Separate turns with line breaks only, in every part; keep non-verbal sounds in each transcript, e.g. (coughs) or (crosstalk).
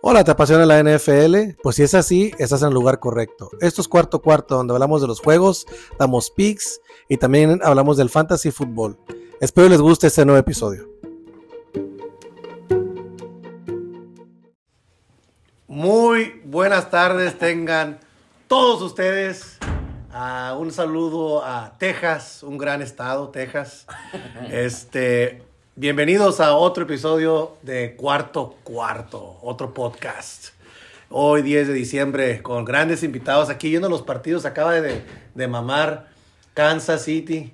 Hola, ¿te apasiona la NFL? Pues si es así, estás en el lugar correcto. Esto es Cuarto Cuarto, donde hablamos de los juegos, damos picks y también hablamos del fantasy fútbol. Espero les guste este nuevo episodio.
Muy buenas tardes tengan todos ustedes. Ah, un saludo a Texas, un gran estado, Texas. Este, bienvenidos a otro episodio de Cuarto Cuarto, otro podcast. Hoy 10 de diciembre con grandes invitados aquí viendo los partidos. Acaba de, de mamar Kansas City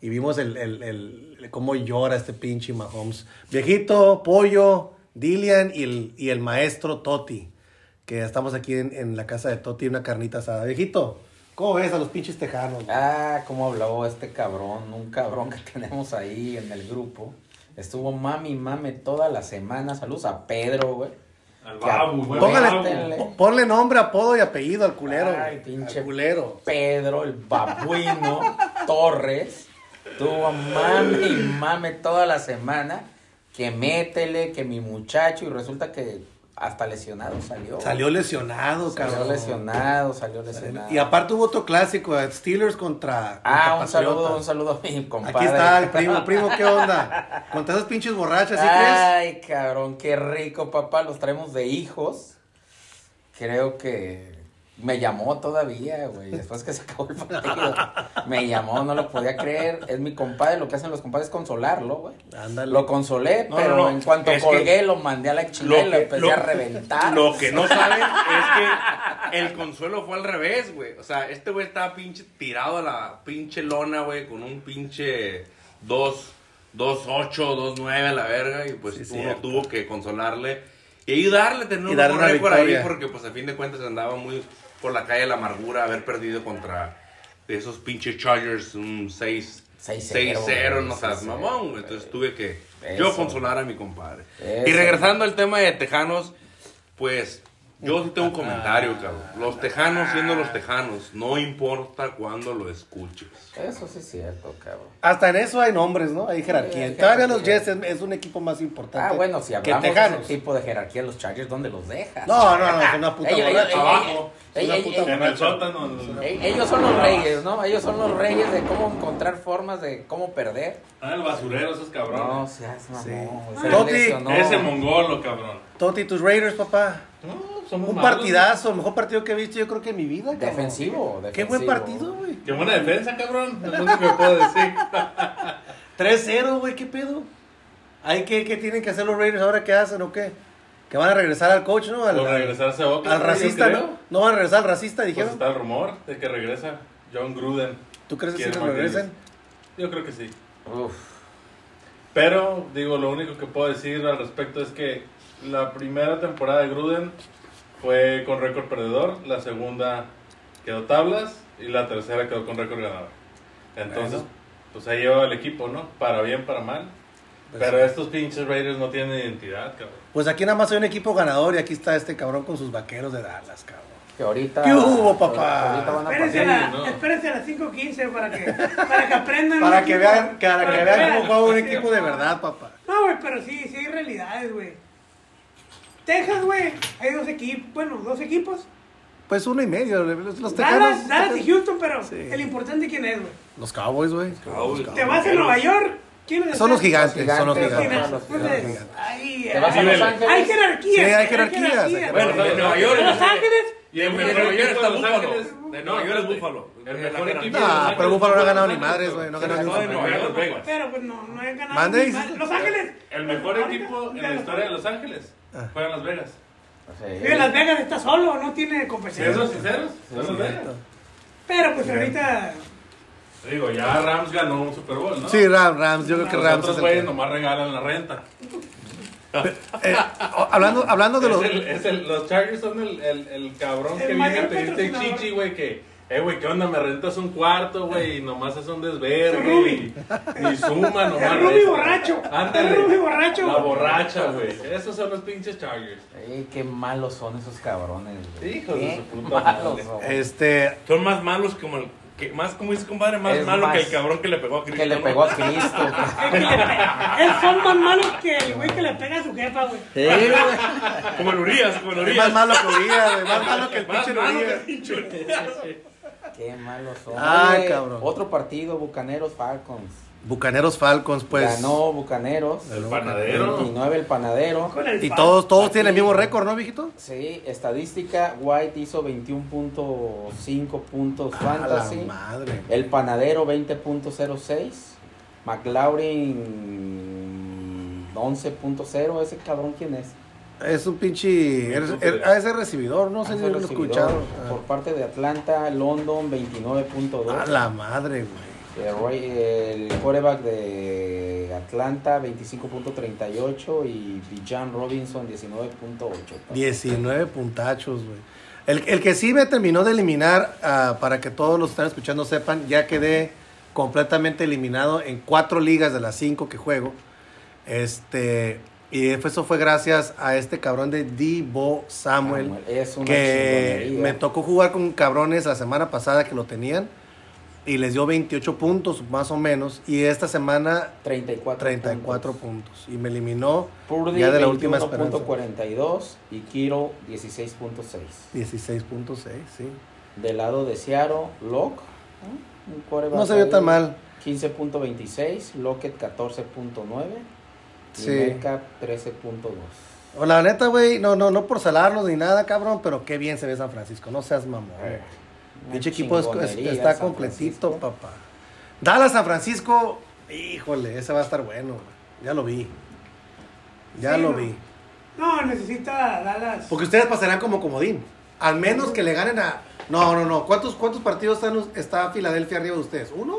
y vimos el, el- el- el- cómo llora este pinche Mahomes. Viejito, Pollo, Dillian y el, y el maestro Toti. Que estamos aquí en, en la casa de Toti, una carnita asada. Viejito, ¿cómo ves a los pinches tejanos?
Ah, cómo habló este cabrón, un cabrón que (laughs) tenemos ahí en el grupo. Estuvo mami, mame toda la semana. Saludos a Pedro, güey.
Al
Que a-
babu, güey.
Póngale-
babu.
Métele.
po- ponle nombre, apodo y apellido al culero.
Ay,
güey.
pinche-
Al culero.
Pedro, el babuino Torres. Tuvo mami, mame toda la semana. Que métele, que mi muchacho. Y resulta que hasta lesionado salió.
Salió lesionado, cabrón.
Salió lesionado, salió lesionado.
Y aparte hubo otro clásico, eh, Steelers contra.
Ah,
contra
un saludo,
Patriotas.
un saludo a mi compadre.
Aquí está el primo, primo, ¿qué onda? Contra esas pinches borrachas, ¿sí crees?
Ay, cabrón, qué rico, papá. Los traemos de hijos. Creo que me llamó todavía, güey. Después que se acabó el partido. Me llamó, no lo podía creer. Es mi compadre, lo que hacen los compadres es consolarlo, güey.
Ándale.
Lo consolé,
No,
pero
no, no,
en cuanto
es que-
colgué, lo mandé a la chingada y lo empecé
lo-
a reventar.
Lo que no saben es que el consuelo fue al revés, güey. O sea, este güey estaba pinche tirado a la pinche lona, güey, con un pinche 2, 2, 8, 2, 9 a la verga. Y pues
Sí,
uno
cierto.
tuvo que consolarle y ayudarle, tener
Y
un
darle una
récord ahí,
victoria.
porque pues a fin de cuentas andaba muy por la calle de la amargura haber perdido contra esos pinches Chargers un 6.
6-0,
6-0, no
güey,
seas
6-0,
mamón, güey.
güey.
Entonces tuve que yo
Eso.
consolar a mi compadre.
Eso.
Y regresando al tema de Tejanos, pues yo sí tengo un comentario, cabrón. Los tejanos siendo los tejanos, no importa cuándo lo escuches.
Eso sí es cierto, cabrón.
Hasta en eso hay nombres, ¿no? Hay jerarquía.
Sí, hay
Todavía los Jets
jerarquía.
es, es un equipo más importante.
Ah, bueno, si
que
hablamos de ese
Tejanos.
tipo de jerarquía, los Chargers, ¿dónde los dejas?
No, no, no, es una puta
Ey, ey,
borracha.
ey, ey,
Abajo.
ey,
Es una
ey,
puta
ey,
borracha.
Ey, Eh, Ellos son los reyes, ¿no? Ellos son los reyes de cómo encontrar formas de cómo perder.
Están en el basurero esos
No
cabrones.
seas
Sí.
mamón.
Toti,
Ese mongolo, cabrón.
Toti, tus Raiders, papá.
No, somos
Un
malos,
partidazo, el mejor partido que he visto yo creo que en mi vida. cabrón.
Defensivo, defensivo.
Qué buen partido, güey.
güey. Qué buena defensa, cabrón. Es lo único que puedo
(laughs)
decir.
3-0, güey, qué pedo. ¿Hay que, ¿Qué tienen que hacer los Raiders ahora? ¿Qué hacen o qué? Que van a regresar al coach, ¿no? Al,
Por regresarse a Oakland.
al
yo
racista,
creo.
¿no? No van a regresar al racista,
Pues
dijeron.
está el rumor de que regresa John Gruden.
¿Tú crees que sí
Quieren
lo regresen?
McDaniels. Yo creo que sí.
Uf.
Pero, digo, lo único que puedo decir al respecto es que la primera temporada de Gruden fue con récord perdedor, la segunda quedó tablas y la tercera quedó con récord ganador. Entonces,
Bueno.
pues ahí lleva el equipo, ¿no? Para bien, para mal.
Pues
Pero
sí.
estos pinches Raiders no tienen identidad, cabrón.
Pues aquí nada más hay un equipo ganador y aquí está este cabrón con sus vaqueros de Dallas, cabrón.
Que ahorita.
¿Qué hubo, papá?
Ahorita van a
Espérense a,
pasar.
la-
no.
espérense a las 5.15 para que, para que aprendan.
Para
¿no?
que vean, para que vean cómo juega un
Sí.
equipo de verdad, papá.
No, güey, pero sí, sí hay realidades, güey. Texas, güey, hay dos equipos, bueno, dos equipos.
Pues uno y medio, los los
Dallas,
tejanos.
Dallas y Houston, pero
Sí.
el importante quién es, güey.
Los Cowboys, güey.
Cowboys.
Los
Te vas a Nueva York, ¿quién es el
Son los
Texas?
gigantes, son los
Los gigantes,
gigantes.
son los
Entonces,
gigantes.
ahí,
Te vas a
ahí-
Los
Sí,
Hay
Ángeles.
jerarquías.
Sí, hay jerarquías, hay
Bueno,
Bueno,
de Nueva York.
en Los Ángeles,
Y en
mejor
Nueva York
equipo
está
de Los
Búfalo.
Ángeles-
De Nueva York es Búfalo.
El
La
mejor
jerarquía.
equipo.
Nah,
de
pero Búfalo
Los
no ha
Ángeles
ganado ni
Rams,
madres,
güey.
güey, no ha
Se
ganado
sacó
ni
de
un
Nueva
campeonato.
York, Vegas.
pero pues no, no he ganado.
Mondays.
ni mal. Los Ángeles.
El mejor equipo en la historia de Los Ángeles
Ah.
fue en Las Vegas.
Sí, Las Vegas está solo, no tiene competencia.
Siendo sinceros, fue en Las Vegas.
Pero pues ahorita
Digo, ya Rams ganó un Super Bowl, ¿no?
Sí, Rams, Rams, yo creo que
Los
Rams
otros
es el
güeyes
que-
nomás regalan la renta.
Eh, oh, hablando, hablando de
Es
los...
el, es el- los Chargers son el, el, el cabrón
El
que viene
mayor
a pedirte
patrocinador.
chichi, güey, que, eh, güey, ¿qué onda? Me rentas un cuarto, güey, y nomás es un desvergue.
Ruby.
Y, y suma nomás.
El Ruby
resta.
borracho.
Ándale.
El Ruby borracho.
La borracha, güey. Esos son los pinches Chargers.
Ey, qué malos son esos cabrones, güey.
Hijos de
Qué
su puta
malos
madre.
son.
Este,
Son más malos como el, que más como dice compadre, más
Es
malo que
más-
el cabrón que le pegó a Cristo.
Que le
¿no?
pegó a Cristo.
Es que le pe- es- son más malos que el güey que le pega a su jefa, güey.
Como el Urias, como el
Es
Urias.
más malo que Urias, güey. Más malo que el
Más
pinche
malo que el
Urias.
pinche Urias.
Qué malos son.
Ay,
Oye,
cabrón.
Otro partido, Bucaneros Falcons.
Bucaneros Falcons, pues.
Ganó Bucaneros.
El panadero.
29 el panadero.
Con el
Y
fa-
todos, todos tienen el mismo récord, ¿no, viejito?
Sí, estadística, White hizo 21.5 puntos
A la
fantasy.
madre.
El panadero 20.06. McLaurin 11.0. Ese cabrón, ¿quién es?
Es un pinche. eres- er- A ese recibidor, no sé
Ah,
si
fue
lo he
recibidor
escuchado. Ah,
Por parte de Atlanta, London
A
29.2.
la madre, güey.
Eh, Roy- El quarterback de Atlanta 25.38 y Bijan Robinson 19.8.
19 puntachos, güey. El, el que sí me terminó de eliminar, ah, para que todos los que están escuchando sepan, ya quedé completamente eliminado en cuatro ligas de las cinco que juego. Este. Y eso fue gracias a este cabrón de Divo Samuel.
Es una
que
chingonería.
me tocó jugar con cabrones la semana pasada que lo tenían y les dio 28 puntos más o menos y esta semana
34
34
puntos.
puntos y me eliminó
Purdy
ya de la última esperanza.
21.42 y Kiro 16.6.
16.6, sí.
Del lado de Seattle, Locke. ¿eh? Un quarterback
No se vio
ahí,
tan mal.
15.26, Lockett 14.9 y
Sí.
Metcalf 13.2.
O la neta, güey, no no no por salarlos ni nada, cabrón, pero qué bien se ve San Francisco, no seas mamón. güey.
Eh, Una
Dicho equipo es- es-
chingonería,
está
San
completito,
Francisco.
papá. Dala San Francisco, híjole, ese va a estar bueno. güey. Ya lo vi. Ya
Sí,
lo
no.
vi.
No, necesita Dallas.
Porque ustedes pasarán como comodín. Al menos que le ganen a. No, no, no. ¿Cuántos, cuántos partidos están, los- está Filadelfia arriba de ustedes? ¿Uno?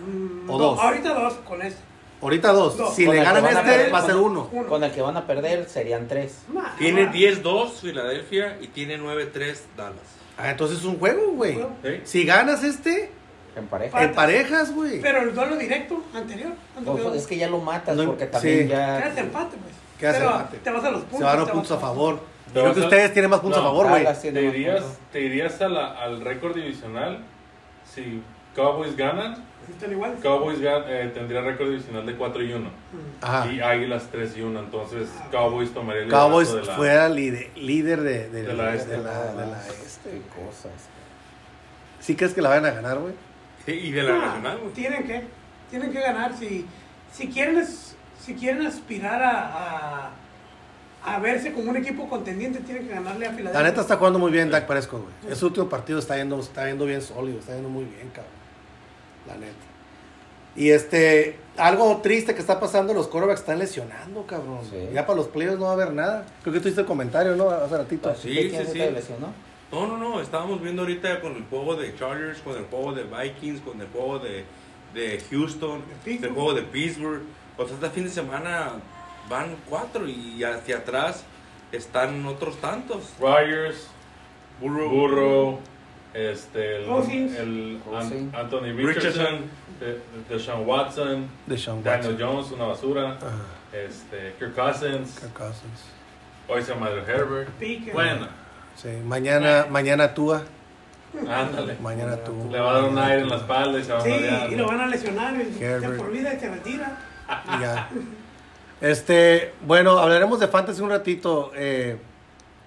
Mm,
o
do-
dos.
Ahorita dos con este.
Ahorita dos.
Dos.
Si
Con
le
el que
ganan
van a
este,
perder,
va a ser
con-
uno.
Uno.
Con el que van a perder serían 3.
Ma-
Tiene
ma-
10-2 Filadelfia y tiene 9-3 Dallas.
Ah, entonces es un juego, güey.
Juego.
Sí.
Si ganas este,
En pareja.
en parejas, güey.
Pero el duelo directo anterior. antes
Pues,
de-
es que ya lo matas
No,
porque también
sí.
¿Qué
ya.
hace empate, pues?
¿Qué hace
Pero
empate?
Te vas a los puntos.
Se van a
te
puntos a
vas
favor.
Te
Creo
vas
que
a-
ustelas tienen más puntos a
No,
favor, güey.
Dallas tiene
¿Te
más
irías,
puntos.
te irías a la- al récord divisional? Si Cowboys ganan,
Están igual.
Cowboys gan- eh, tendría récord divisional de 4 y 1.
Ajá.
Y Águilas 3 y 1. Entonces Cowboys tomaría el
Cowboys
liderato de la-
fuera líder, líder de, de-
de la este.
de la- de la este.
Qué cosas.
¿Sí crees que la van a ganar, güey?
Y de la
Ah,
nacional, güey.
Tienen que, tienen que ganar si, si quieren es- si quieren aspirar a, a, a verse como un equipo contendiente tienen que ganarle a Filadelfia.
La neta está jugando muy bien Dak Prescott, güey. Ese último partido está yendo, está yendo bien sólido, está yendo muy bien, cabrón. La neta. Y este, algo triste que está pasando, los corebacks están lesionando, cabrón.
Sí.
Ya para los playoffs no va a haber nada. Creo que tuviste el comentario, ¿no? Hace ratito.
Ah,
Pues,
Sí,
¿De quién
sí,
se
sí.
te lesionó?
No, no, no, estábamos viendo ahorita con el juego de Chargers, con el juego de Vikings, con el juego de, de Houston,
De Pittsburgh.
el juego de Pittsburgh. O sea, este fin de semana van cuatro y hacia atrás están otros tantos.
Ryers,
Burrow,
Burrow, este, el,
Cousins.
el An-
Cousins.
Anthony
Richardson.
Richardson, de- Deshaun Watson,
De Sean
Daniel
Watson.
Jones, una basura,
Ah,
este, Kirk Cousins,
Kirk Cousins.
hoy se madre Herbert.
Pique. (laughs)
Bueno,
Sí, mañana, mañana Tua.
ándale.
Mañana Tua.
Le va a dar un aire en la espalda y se va a
Sí,
marear.
y lo van a lesionar y te
Herbert.
por vida y te retira.
Ya. Este, bueno, hablaremos de fantasy un ratito. eh,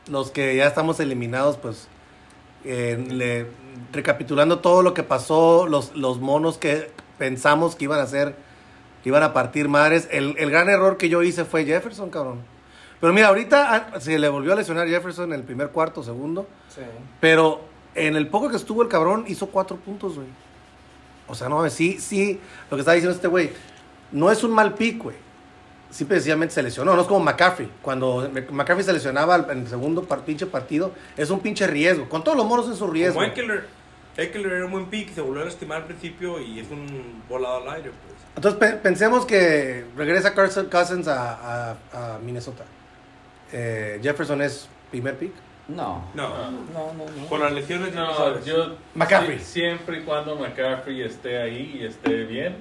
los que ya estamos eliminados, pues, eh, le- recapitulando todo lo que pasó, los, los monos que pensamos que iban a hacer, que iban a partir madres. El, el gran error que yo hice fue Jefferson, cabrón. Pero mira, ahorita ah, se le volvió a lesionar Jefferson en el primer cuarto, segundo.
Sí.
Pero en el poco que estuvo el cabrón, hizo cuatro puntos, güey. O sea, no, sí, sí, lo que está diciendo este güey, no es un mal pick, güey. Sí, precisamente se lesionó, no es como McCaffrey. Cuando McCaffrey se lesionaba al- en el segundo par- pinche partido, es un pinche riesgo. Con todos los moros es un riesgo.
Como Eckler. Eckler era un buen pick, se volvió a lastimar al principio y es un volado al aire, pues.
Entonces pe- pensemos que regresa Carson Cousins a, a- a Minnesota. Eh, Jefferson es primer pick.
No.
No,
No, no, no.
por las lesiones Ah. no,
No,
sabes.
yo
McCaffrey.
sí, siempre y cuando McCaffrey esté ahí y esté bien.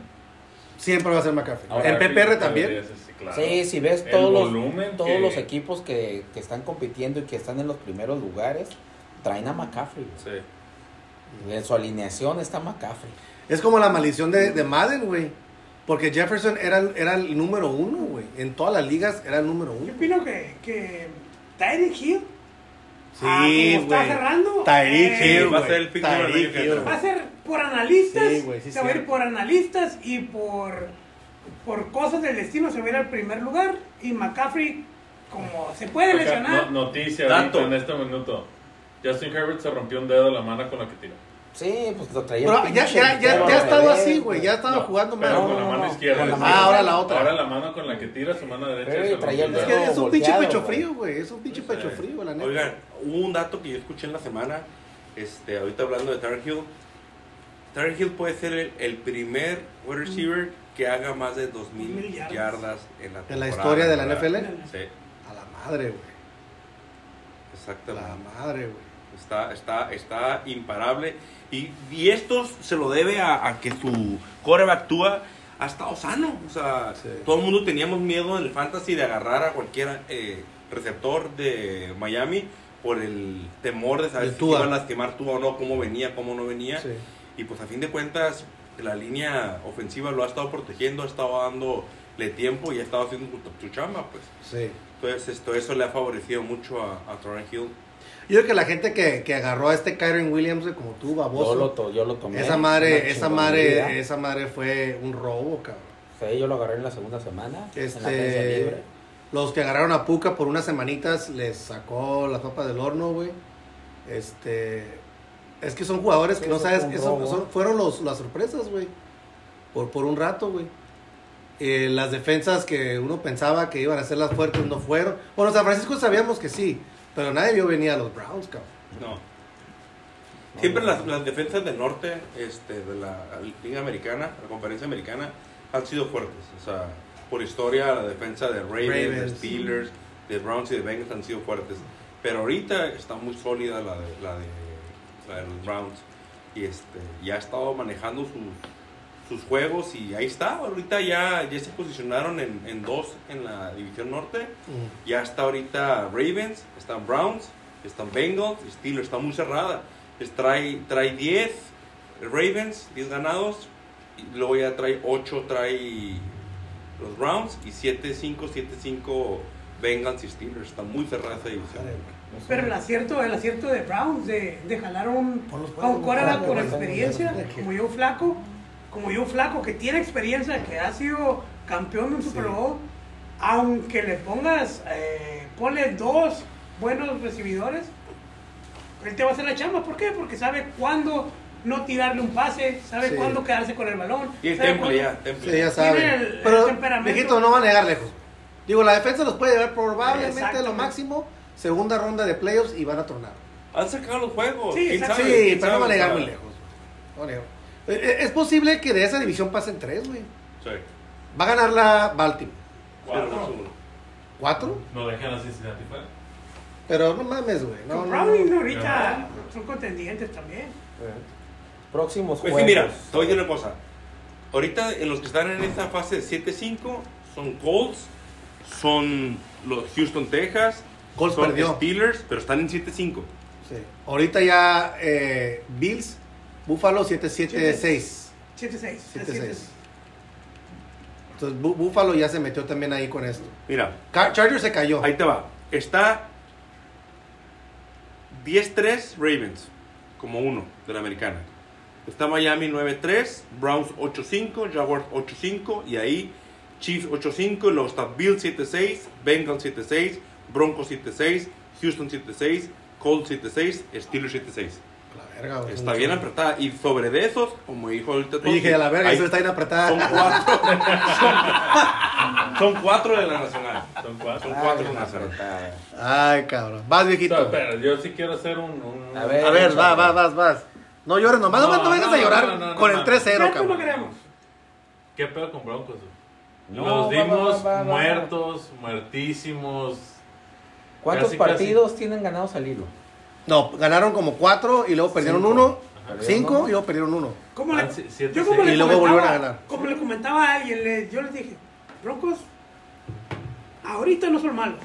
Siempre va a ser McCaffrey. en
McCaffrey
PPR
debería
también.
ser, sí, claro.
Sí, si ves
El
todos, los,
volumen
todos
que-
los equipos que, que están compitiendo y que están en los primeros lugares, traen a McCaffrey. güey.
Sí.
En su alineación está McCaffrey.
Es como la maldición de, de Madden, güey. Porque Jefferson era, el- era el número uno, güey. En todas las ligas era el número
Yo
uno.
opino que, que Tyreek Hill
Sí,
Ah,
güey.
como está cerrando,
Tyreek
eh,
Hill,
va a
güey.
ser el pick número
Tyreek
uno que
Hill,
va
güey.
a ser por analistas.
Sí, güey, sí,
se va a ir
cierto.
por analistas y por, por cosas del destino se va a ir al primer lugar. Y McCaffrey, como se puede
Acá,
lesionar,
no- noticia
Dato.
ahorita en este minuto. Justin Herbert se rompió un dedo de la mano con la que tiró.
Sí, pues lo traía.
Pero
el
ya,
pinche
ya, ya,
dedo
ya ha
al
estado
revés,
así, güey. Ya ha estado
No,
jugando
pero
mal.
con la
No, no,
mano
no.
izquierda.
Con la
Ah,
mano
ahora
izquierda.
la otra.
Ahora la mano con la que tira su mano derecha.
Pero
y se
traía el
rompió
Es
el
que
dedo.
dedo.
es un pinche
volteado,
pecho
güey.
frío, güey. Es un pinche pecho frío, la neta.
Oigan, hubo un dato que yo escuché en la semana, este, ahorita hablando de Tarek Hill. Tarek Hill puede ser el, el primer wide receiver que haga más de 2.000
2,000
yardas.
yardas.
en la
¿En la
temporada
historia de la NFL?
Sí,
A la madre, güey. A
exactamente.
la madre, güey.
Está, está, está imparable. Y, y esto se lo debe a, a que su coreback actúa ha estado sano. O sea,
Sí.
todo el mundo teníamos miedo en el fantasy de agarrar a cualquier eh, receptor de Miami por el temor de saber
De
si
Tua.
iba a lastimar tú o no, cómo venía, cómo no venía.
Sí.
Y pues a fin de cuentas, la línea ofensiva lo ha estado protegiendo, ha estado dándole tiempo y ha estado haciendo su, su chamba. Pues.
Sí.
Entonces, esto, eso le ha favorecido mucho a, a Terrence Hill.
Yo creo que la gente que, que agarró a este Kyron Williams, güey, como tú,
Yo lo,
baboso.
to- yo lo tomé.
esa madre,
Una
esa
chingonería.
madre, esa madre fue un robo, cabrón.
Sí, yo lo agarré en la segunda semana. En la agencia
Este,
libre.
los que agarraron a Puka por unas semanitas les sacó la sopa del horno, güey. Este, es que son jugadores
Sí,
que no
eso
sabes,
fue un
eso-
robo.
son- fueron los, las sorpresas, güey. Por, por un rato, güey. Eh, las defensas que uno pensaba que iban a ser las fuertes no fueron. Bueno, San Francisco sabíamos que sí, pero nadie vio venir a los Browns, cabrón.
No. Siempre las, las defensas del norte, este, de la Liga Americana, la Conferencia Americana, han sido fuertes. O sea, por historia, la defensa de Ravens, de
Ravens.
Steelers, de Browns y de Bengals han sido fuertes. Pero ahorita está muy sólida la de, la de, la de los Browns. Y este, ya ha estado manejando sus- sus juegos y ahí está. Ahorita ya, ya se posicionaron en, en dos en la División Norte. Ya está ahorita Ravens, están Browns, están Bengals, y Steelers, está muy cerrada. Es- Trae, trae 10 Ravens, 10 ganados, y luego ya trae 8, trae los Browns, y 7-5, 7-5 Bengals y Steelers. Está muy cerrada esa división.
Madre,
Pero el acierto, el acierto de Browns de, de jalar a un,
Por los
a un
juegos,
quarterback
flaco,
con
güey.
experiencia, como yo flaco, como yo flaco, que tiene experiencia, que ha sido campeón de un Super Bowl, aunque le pongas, eh, ponle dos buenos recibidores, él te va a hacer la chamba. ¿Por qué? Porque sabe cuándo no tirarle un pase, sabe
Sí.
cuándo quedarse con el balón.
Y el
sabe
temple
cuándo-
ya, temple.
Sí, ya saben.
Tiene el- el
Pero,
temperamento.
mijito, no van a llegar lejos. Digo, la defensa los puede llevar probablemente a lo
Exactamente.
máximo segunda ronda de playoffs y van a tronar.
Han sacado los juegos.
Sí,
¿quién
exacto.
sabe?
Sí,
¿Quién
pero no
sabe?
van a llegar
O sea,
muy lejos. güey. No van a llegar. Eh, eh, Es posible que de esa división pasen tres, güey.
Sí.
Va a ganar la Baltimore.
Cuatro,
Cuatro.
uno.
¿Cuatro?
No dejan a Cincinnati fuera.
Pero no mames, güey. No, no,
Con Browning
no.
ahorita son contendientes también.
Próximos
Pues
juegos.
sí, mira, te voy a decir una cosa. Ahorita en los que están en esta fase de 7-5 son Colts, son los Houston, Texas,
Colts
son
perdió.
Steelers, pero están en 7-5.
Sí. Ahorita ya eh, Bills, Buffalo 7-7-6.
7-6.
7-6. Entonces Bu- Buffalo ya se metió también ahí con esto.
Mira,
Car- Chargers se cayó.
ahí te va. Está 10-3 Ravens, como uno de la americana. Está Miami 9-3, Browns 8-5, Jaguars 8-5 y ahí Chiefs 8-5, y luego está Bills 7-6, Bengals 7-6, Broncos 7-6, Houston 7-6, Colts 7-6, Steelers 7-6.
La verga, güey.
Está bien apretada y sobre de esos, como dijo ahorita
Yo dije, a la verga,
hay-
eso está bien
son
apretada.
cuatro. (laughs) son, son cuatro de la nacional.
Son cuatro.
Son
Ah,
cuatro de
bien
la nacional.
apretada.
Ay, cabrón. Vas, viejito.
No, espera, yo sí quiero hacer un. un-
A ver.
A ver, va, va, vas, vas. No llores nomás,
No,
nomás no, vayas
no,
a llorar
no, no, no,
con
no.
el 3-0,
Ya tú lo
cabrón.
queremos.
¿Qué pedo con Broncos? güey?
No, va, va,
Nos dimos
va, va, va.
muertos, muertísimos.
¿Cuántos
Casi, casi.
partidos tienen ganados al hilo?
No, ganaron como 4 y luego perdieron
Cinco.
1,
Ajá.
5 y luego perdieron 1.
Como
Ah,
le-
sí, siete,
yo como
seis.
le
Y luego
comentaba-
volvieron a ganar.
Como le comentaba a alguien, le- yo les dije, Broncos, ahorita no son malos.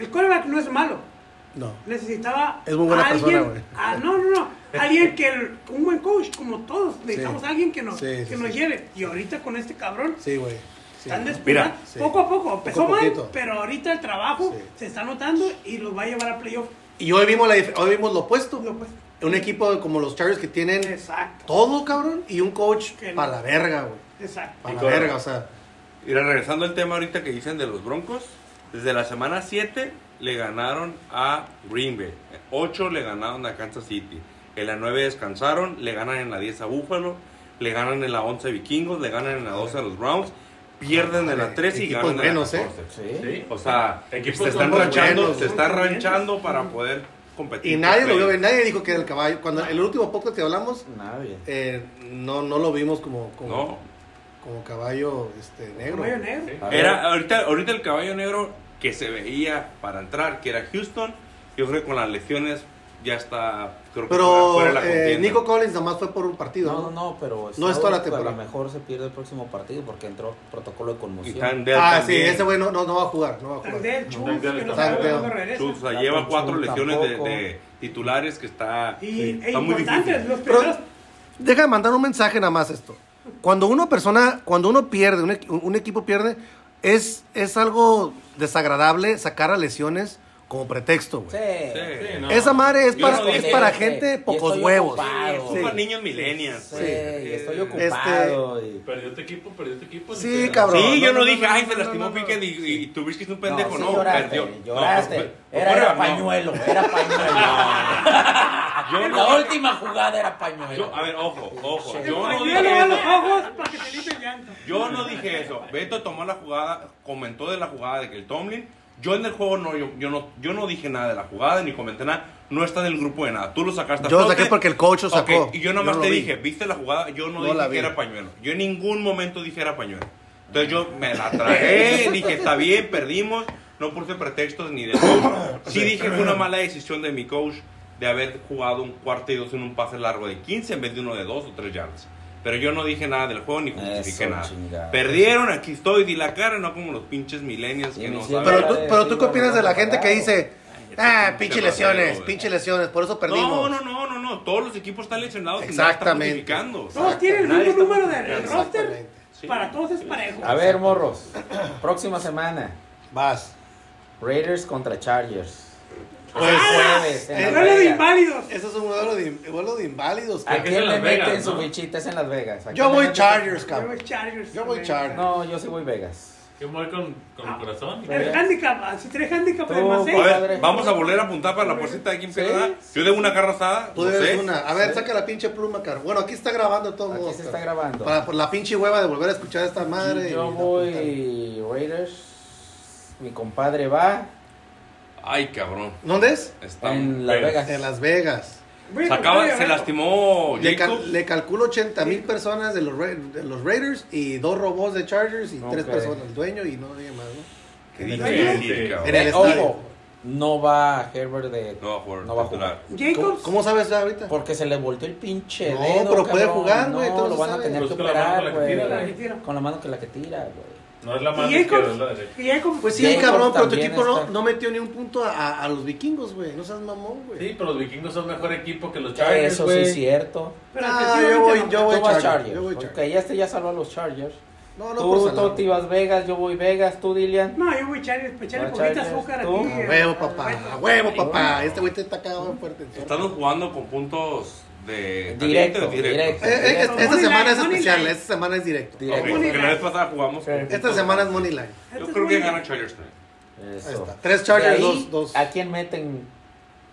El quarterback no es malo.
No.
Necesitaba
Es muy buena
alguien,
persona, güey.
ah, no, no, no, alguien que el- un buen coach como todos, necesitamos a alguien que nos
Sí, sí,
que nos
sí.
lleve. Y ahorita con este cabrón
Sí, güey. Sí.
están
Mira,
despuntando
sí.
poco a poco, empezó
Poco a
mal,
poquito.
pero ahorita el trabajo
Sí.
se está notando y los va a llevar a playoff.
Y hoy vimos, la, dif- hoy vimos lo opuesto.
Lo opuesto.
Un equipo como los Chargers que tienen
Exacto.
todo, cabrón, y un coach
Que no.
para la verga, güey.
Exacto.
Para la
Y con-
verga, o sea.
Mira, regresando al tema ahorita que dicen de los Broncos, desde la semana 7 le ganaron a Green Bay, 8 le ganaron a Kansas City, en la 9 descansaron, le ganan en la 10 a Buffalo, le ganan en la 11 a Vikingos, le ganan en la 12 a los Browns, pierden en la 3 y
Equipos
ganan en la
buenos, ¿eh?
14.
Sí.
Sí.
O sea,
Equipos
se
son
están
muy
ranchando,
buenos,
se
muy
están
buenos.
ranchando para poder competir.
Y nadie lo vio, venir, nadie dijo que era el caballo. Cuando el último podcast que hablamos,
Nadie.
eh, no, no lo vimos como, como,
No,
como caballo este, negro.
Caballo negro.
Sí.
A ver,
Era ahorita, ahorita el caballo negro que se veía para entrar, que era Houston. Yo creo que con las lesiones ya está. Creo que
Pero
fuera- fuera de la
eh,
contienda.
Nico Collins nada más fue por un partido.
No, no, no, pero.
No es toda la temporada.
A lo mejor se pierde el próximo partido porque entró protocolo de
Y
conmoción.
Tandel
ah,
también.
sí, ese güey no, no, no va a jugar, no va a jugar.
Tandel, Chus,
Tandel
que
tampoco.
no sabe
Tandel.
cuándo regresa.
Chus, o sea,
La
lleva
Tanchun
cuatro lesiones de,
tampoco.
de titulares que está,
Y
sí,
e
está muy
importantes,
difícil.
los primeros
Deja de mandar un mensaje nada más esto. Cuando una persona, cuando uno pierde, un, equi- un equipo pierde, es, es algo desagradable sacar a lesiones como pretexto, güey.
Sí.
Sí,
Sí, no.
Esa madre es
Yo
para,
estoy
es para
triste,
gente
yo
pocos
estoy
huevos.
ocupado.
Son para niños millennials.
Sí,
Eh,
y estoy ocupado. y-
Perdió tu equipo, perdió tu equipo.
Sí,
entonces-
cabrón.
Sí, yo no,
No, no,
dije,
no,
ay,
no,
se
no,
lastimó
no, no.
Pique y, y tu ves que es un pendejo.
sí,
No,
lloraste,
perdió.
lloraste.
No, pues,
era,
fuera,
era
no.
pañuelo, era pañuelo.
(laughs) Yo
la
no-
última jugada era pañuelo.
Yo- a ver, ojo, ojo.
Sí.
El
Yo no
pañuelo
dije
a los
eso.
ojos para que te limpie el llanto.
Yo no dije eso. Beto tomó la jugada, comentó de la jugada de que el Tomlin. Yo en el juego no, yo, yo no, yo no dije nada de la jugada ni comenté nada. No está en el grupo de nada. Tú lo sacaste. a
Yo lo
flote.
saqué porque el coach lo sacó.
Ok, Y yo nomás
Yo no
te
lo vi.
dije, ¿viste la jugada? Yo no,
No la
dije
vi.
que era pañuelo. Yo en ningún momento dije era pañuelo. Entonces yo me
(laughs)
la tragué, dije, está bien, perdimos. No puse pretextos ni de
(coughs)
coach. Sí dije que una mala decisión de mi coach de haber jugado un cuarto y dos en un pase largo de 15 en vez de uno de dos o tres yardas. Pero yo no dije nada del juego ni justifiqué
Eso,
nada.
chingada.
Perdieron, aquí estoy, di la cara, no como los pinches millennials
Y
que
me
no
hicieron
Pero
saben.
tú, pero tú qué opinas de la gente que dice, ah, pinche lesiones,
güey.
pinche lesiones, por eso perdimos.
No, no, no, no, no. Todos los equipos están lesionados. y nadie
Exactamente.
Está justificando.
Todos tienen el
Nadie
mismo
está
número de del
justificando.
roster.
Exactamente.
Sí.
Para todos es parejo.
A ver, morros. Próxima semana.
Vas.
Raiders contra Chargers.
Pues,
¡Ah!
Jueves. en
eh,
Las
Duelo de
Vegas.
inválidos.
Eso es un duelo de, duelo de inválidos.
¿A
Aquí es en
quién le
Las Vegas,
meten su
¿no?
bichita? Es en Las Vegas. ¿A
Yo
quién le
voy
meten-
Chargers,
Yo voy
cabrón.
Chargers.
Yo voy
también.
Chargers.
No, yo sí voy Vegas.
Yo me voy con, con
Ah.
el corazón.
El handicap, así tres handicap de
Tú,
más
A
seis.
padre.
ver, vamos a volver a apuntar para la porcita de quién
Sí.
pierde. Yo debo una carne asada.
Tú
no
debes
sé.
una. A ver, saca la pinche pluma, caro. Bueno, aquí está grabando de todos
Aquí
modos,
se
caro.
está grabando.
Para por la pinche hueva de volver a escuchar esta madre.
Yo
y-
voy Raiders. Mi compadre va
Ay, cabrón.
¿Dónde es?
Está
en Las
Vegas.
Vegas.
En Las Vegas.
Bueno,
Se, acaba-
voy a
se
ver.
lastimó
Le, cal-
Jacob.
le calculo 80 mil personas de los, Ra- de los Raiders y dos robots de Chargers y tres
Ok.
personas. El dueño y no nadie más, ¿no?
Qué
Sí.
difícil, cabrón.
En el
Eh,
estadio.
ojo, no va Herbert de.
No va a jugar.
No va a
titular.
jugar.
¿Cómo,
Jacobs.
cómo sabes ya ahorita?
Porque se le volteó el pinche
No,
dedo,
pero puede
cabrón.
jugar, güey,
No,
todo
lo
se
van a
sabe.
tener que
Pues con la mano
operar,
con la que
güey.
tira,
la que tira.
Con la mano que la que tira, güey.
No es la mano
Y
izquierda, es la
Jacobs.
derecha.
Y Jacobs.
Pues sí,
Jacobs
cabrón, pero tu
también
equipo no,
está.
no metió ni un punto a, a- a los vikingos, güey. No seas mamón, güey.
Sí, pero los vikingos son mejor equipo que los Chargers,
Ah, Eso sí
güey.
es cierto.
Pero
Ah,
defensivamente
yo voy-
no.
yo voy-
Tú vas
Chargers, yo voy
Chargers.
Chargers.
Ok, ya este ya salvó a los Chargers.
No, no, por
Tú,
salado.
Toti, vas Vegas, yo voy Vegas, tú, Dilian.
No, yo voy Chargers. Para echarle
Va
poquita
Chargers,
azúcar
tú.
aquí.
A
eh,
huevo, papá. A huevo, papá. Este güey te está cagado fuerte.
Estamos jugando con puntos de.
Directo,
caliente o
Eh, eh, es- esta
Money
semana
line,
es
money
especial.
line.
Esta semana es directo.
Ok,
Directo.
porque la vez pasada jugamos. con-
Perfecto.
Esta semana es money line.
esto
Yo
es
creo
muy-
que gana Chargers también.
Eso.
Ahí está. Tres Chargers,
De
dos- dos.
¿A quién meten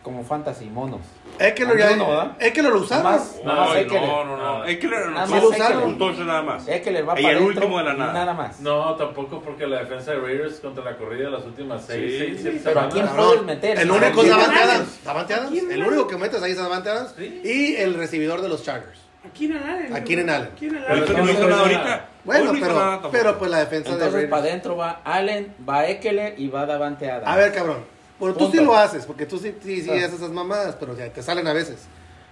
como fantasy monos?
Es que lo ya.
Alguno, ¿verdad?
Es que lo usaron.
Más.
Nada más
Ay,
hay que
no,
leer.
no, no.
Ah.
Es que le-
Nada
no
más
lo
hay que
usaron
leer.
un touchdown nada más.
Es que les va
Y
para
el
adentro,
último de la nada.
Nada más.
No, tampoco porque la defensa de Raiders contra la corrida de las últimas seis,
Sí,
seis,
sí,
siete
pero ¿a
semanas.
quién
Cabrón,
puedes meter?
El único es
¿Quién
Davante
más?
Adams. Davante Adams.
¿Quién
El
más?
único que metes ahí es Davante Adams.
Sí.
Y el recibidor de los Chargers.
A Keenan Allen.
A Keenan Allen.
A Keenan
Pero
Allen.
esto no hizo
Entonces,
nada ahorita. Hoy
Bueno,
no hizo nada
pero,
tampoco.
pero pues la defensa
Entonces
de
para
Raiders.
adentro va Allen, va Eckler y va Davante Adams.
A ver, cabrón. Bueno, tú sí
Punto.
lo haces, porque tú sí, sí, sí
Ah.
haces esas mamadas, pero ya te salen a veces.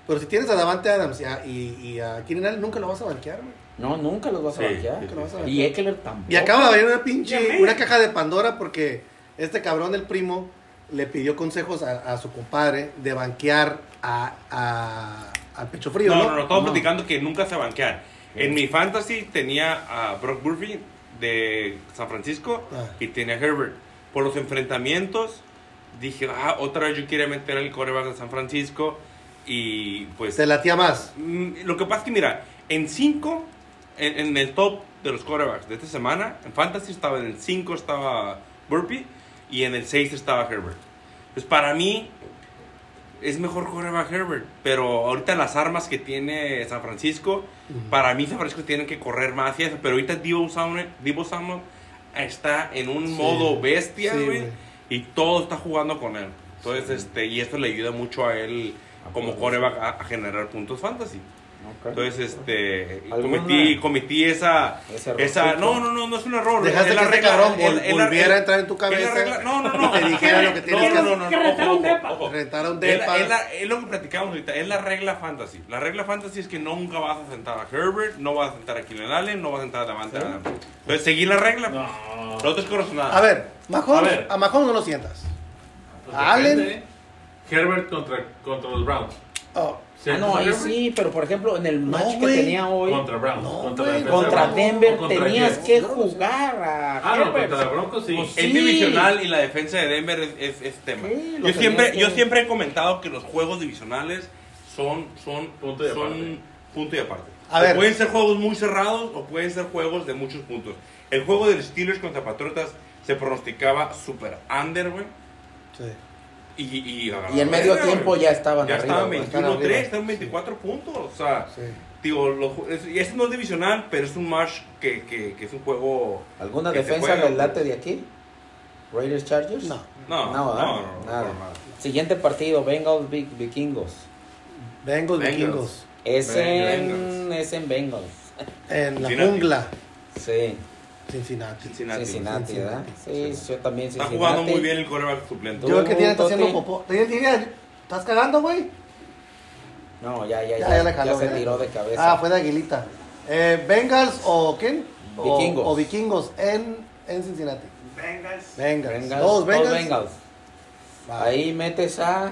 Pero si tienes a Davante Adams y a, y, y a Keenan Allen, nunca lo vas a banquear, güey.
No, nunca los vas a
Sí,
banquear.
sí,
Nunca lo vas a banquear.
Y Eckler tampoco.
Y acaba de haber una
Ya
pinche,
me-
una caja de Pandora porque este cabrón del primo le pidió consejos a, a su compadre de banquear a, a- al pecho frío.
No,
No,
no, no, estamos platicando que nunca se banquean. En mi fantasy tenía a Brock Murphy de San Francisco
Ah.
y tenía a Herbert. Por los enfrentamientos dije, ah, otra vez yo quería meter al coreback de San Francisco y pues...
Se latía más.
Mm, Lo que pasa es que, mira, en 5, en, en el top de los quarterbacks de esta semana, en Fantasy estaba en el 5 estaba Burpee y en el 6 estaba Herbert. Pues para mí es mejor quarterback Herbert, pero ahorita las armas que tiene San Francisco, para mí San Francisco tienen que correr más hacia eso, pero ahorita Divo Samuel, Divo Samuel está en un modo bestia,
Sí,
güey,
güey.
y todo está jugando con él. Entonces, este, y esto le ayuda mucho a él como coreback a, a generar puntos fantasy.
Ok.
Entonces, este,
¿Alguna-
cometí, cometí esa,
Ese error
esa,
tuyo?
no, no, no, no es un error.
Dejaste
es la
que este
regla,
cabrón
es-
vol-
es la-
volviera
es-
a entrar en tu
es la
cabeza
regla- no, no, no.
y te dijera lo que tienes que
no, no, no,
Que
no,
rentar
ojo,
un
ojo,
depa.
ojo.
Rentar un
Es,
depa.
la- es la- es lo que platicamos ahorita, es la regla fantasy. La regla fantasy es que nunca vas a sentar a Herbert, no vas a sentar a Keenan Allen, no vas a sentar a Davante Adams. Entonces, seguí la regla. No,
No.
no te escoras nada.
A ver, Mahomes-
A ver.
a Mahomes no lo sientas.
Pues
Allen.
depende. Herbert contra, contra los Browns.
Oh,
Ah, no, ahí
Herbert
sí, pero por ejemplo, en el match que
güey.
tenía hoy
Contra Browns.
No,
contra
güey.
la defensa
contra
de Browns.
Denver
O contra
tenías
Jets.
que jugar a
Ah, no,
Herbert.
contra la Broncos sí.
Pues
Es
Sí.
divisional y la defensa de Denver es, es- es tema.
Sí, lo
yo, siempre,
tenías que-
yo siempre he comentado que los juegos divisionales son, son,
Punto y
son
aparte.
punto y aparte.
A
O
ver.
Pueden ser juegos muy cerrados o pueden ser juegos de muchos puntos. El juego de los Steelers contra Patriotas se pronosticaba super under, güey.
sí.
Y, y,
Y en medio
güey.
tiempo ya estaban
Ya
arriba,
estaban
güey.
21-3,
arriba.
estaban 24 puntos. O sea,
Sí.
digo, lo ju- es- y este no es divisional, pero es un match que, que, que es un juego.
¿Alguna
que se
defensa
juega. pues.
del late de aquí? Raiders Chargers?
No.
No, no,
No, ¿verdad?
no, no, no,
Nada.
por nada.
Siguiente partido, Bengals Big Vikingos.
Bengals,
Bengals.
vikingos.
Es en,
Bengals.
es en Bengals.
En la
Cincinnati.
jungla,
Sí,
Cincinnati.
Cincinnati.
Cincinnati, ¿verdad? Sí, yo también
Está
Cincinnati.
jugando muy bien el coreback suplente.
Tú,
Yo creo que tiene está
Toti.
haciendo popó. Tiene- tiene- ¿Estás cagando, güey?
No, ya, ya, ya.
Ya,
Ya,
ya le jaló,
se
ya.
tiró de cabeza.
Ah, fue de Aguilita. Eh, ¿Bengals o quién? O-
Vikingos.
O, vikingos en, en Cincinnati.
Vengas.
Bengals.
Bengals,
Dos
dos
Bengals.
Bengals.
Va.
Ahí metes a...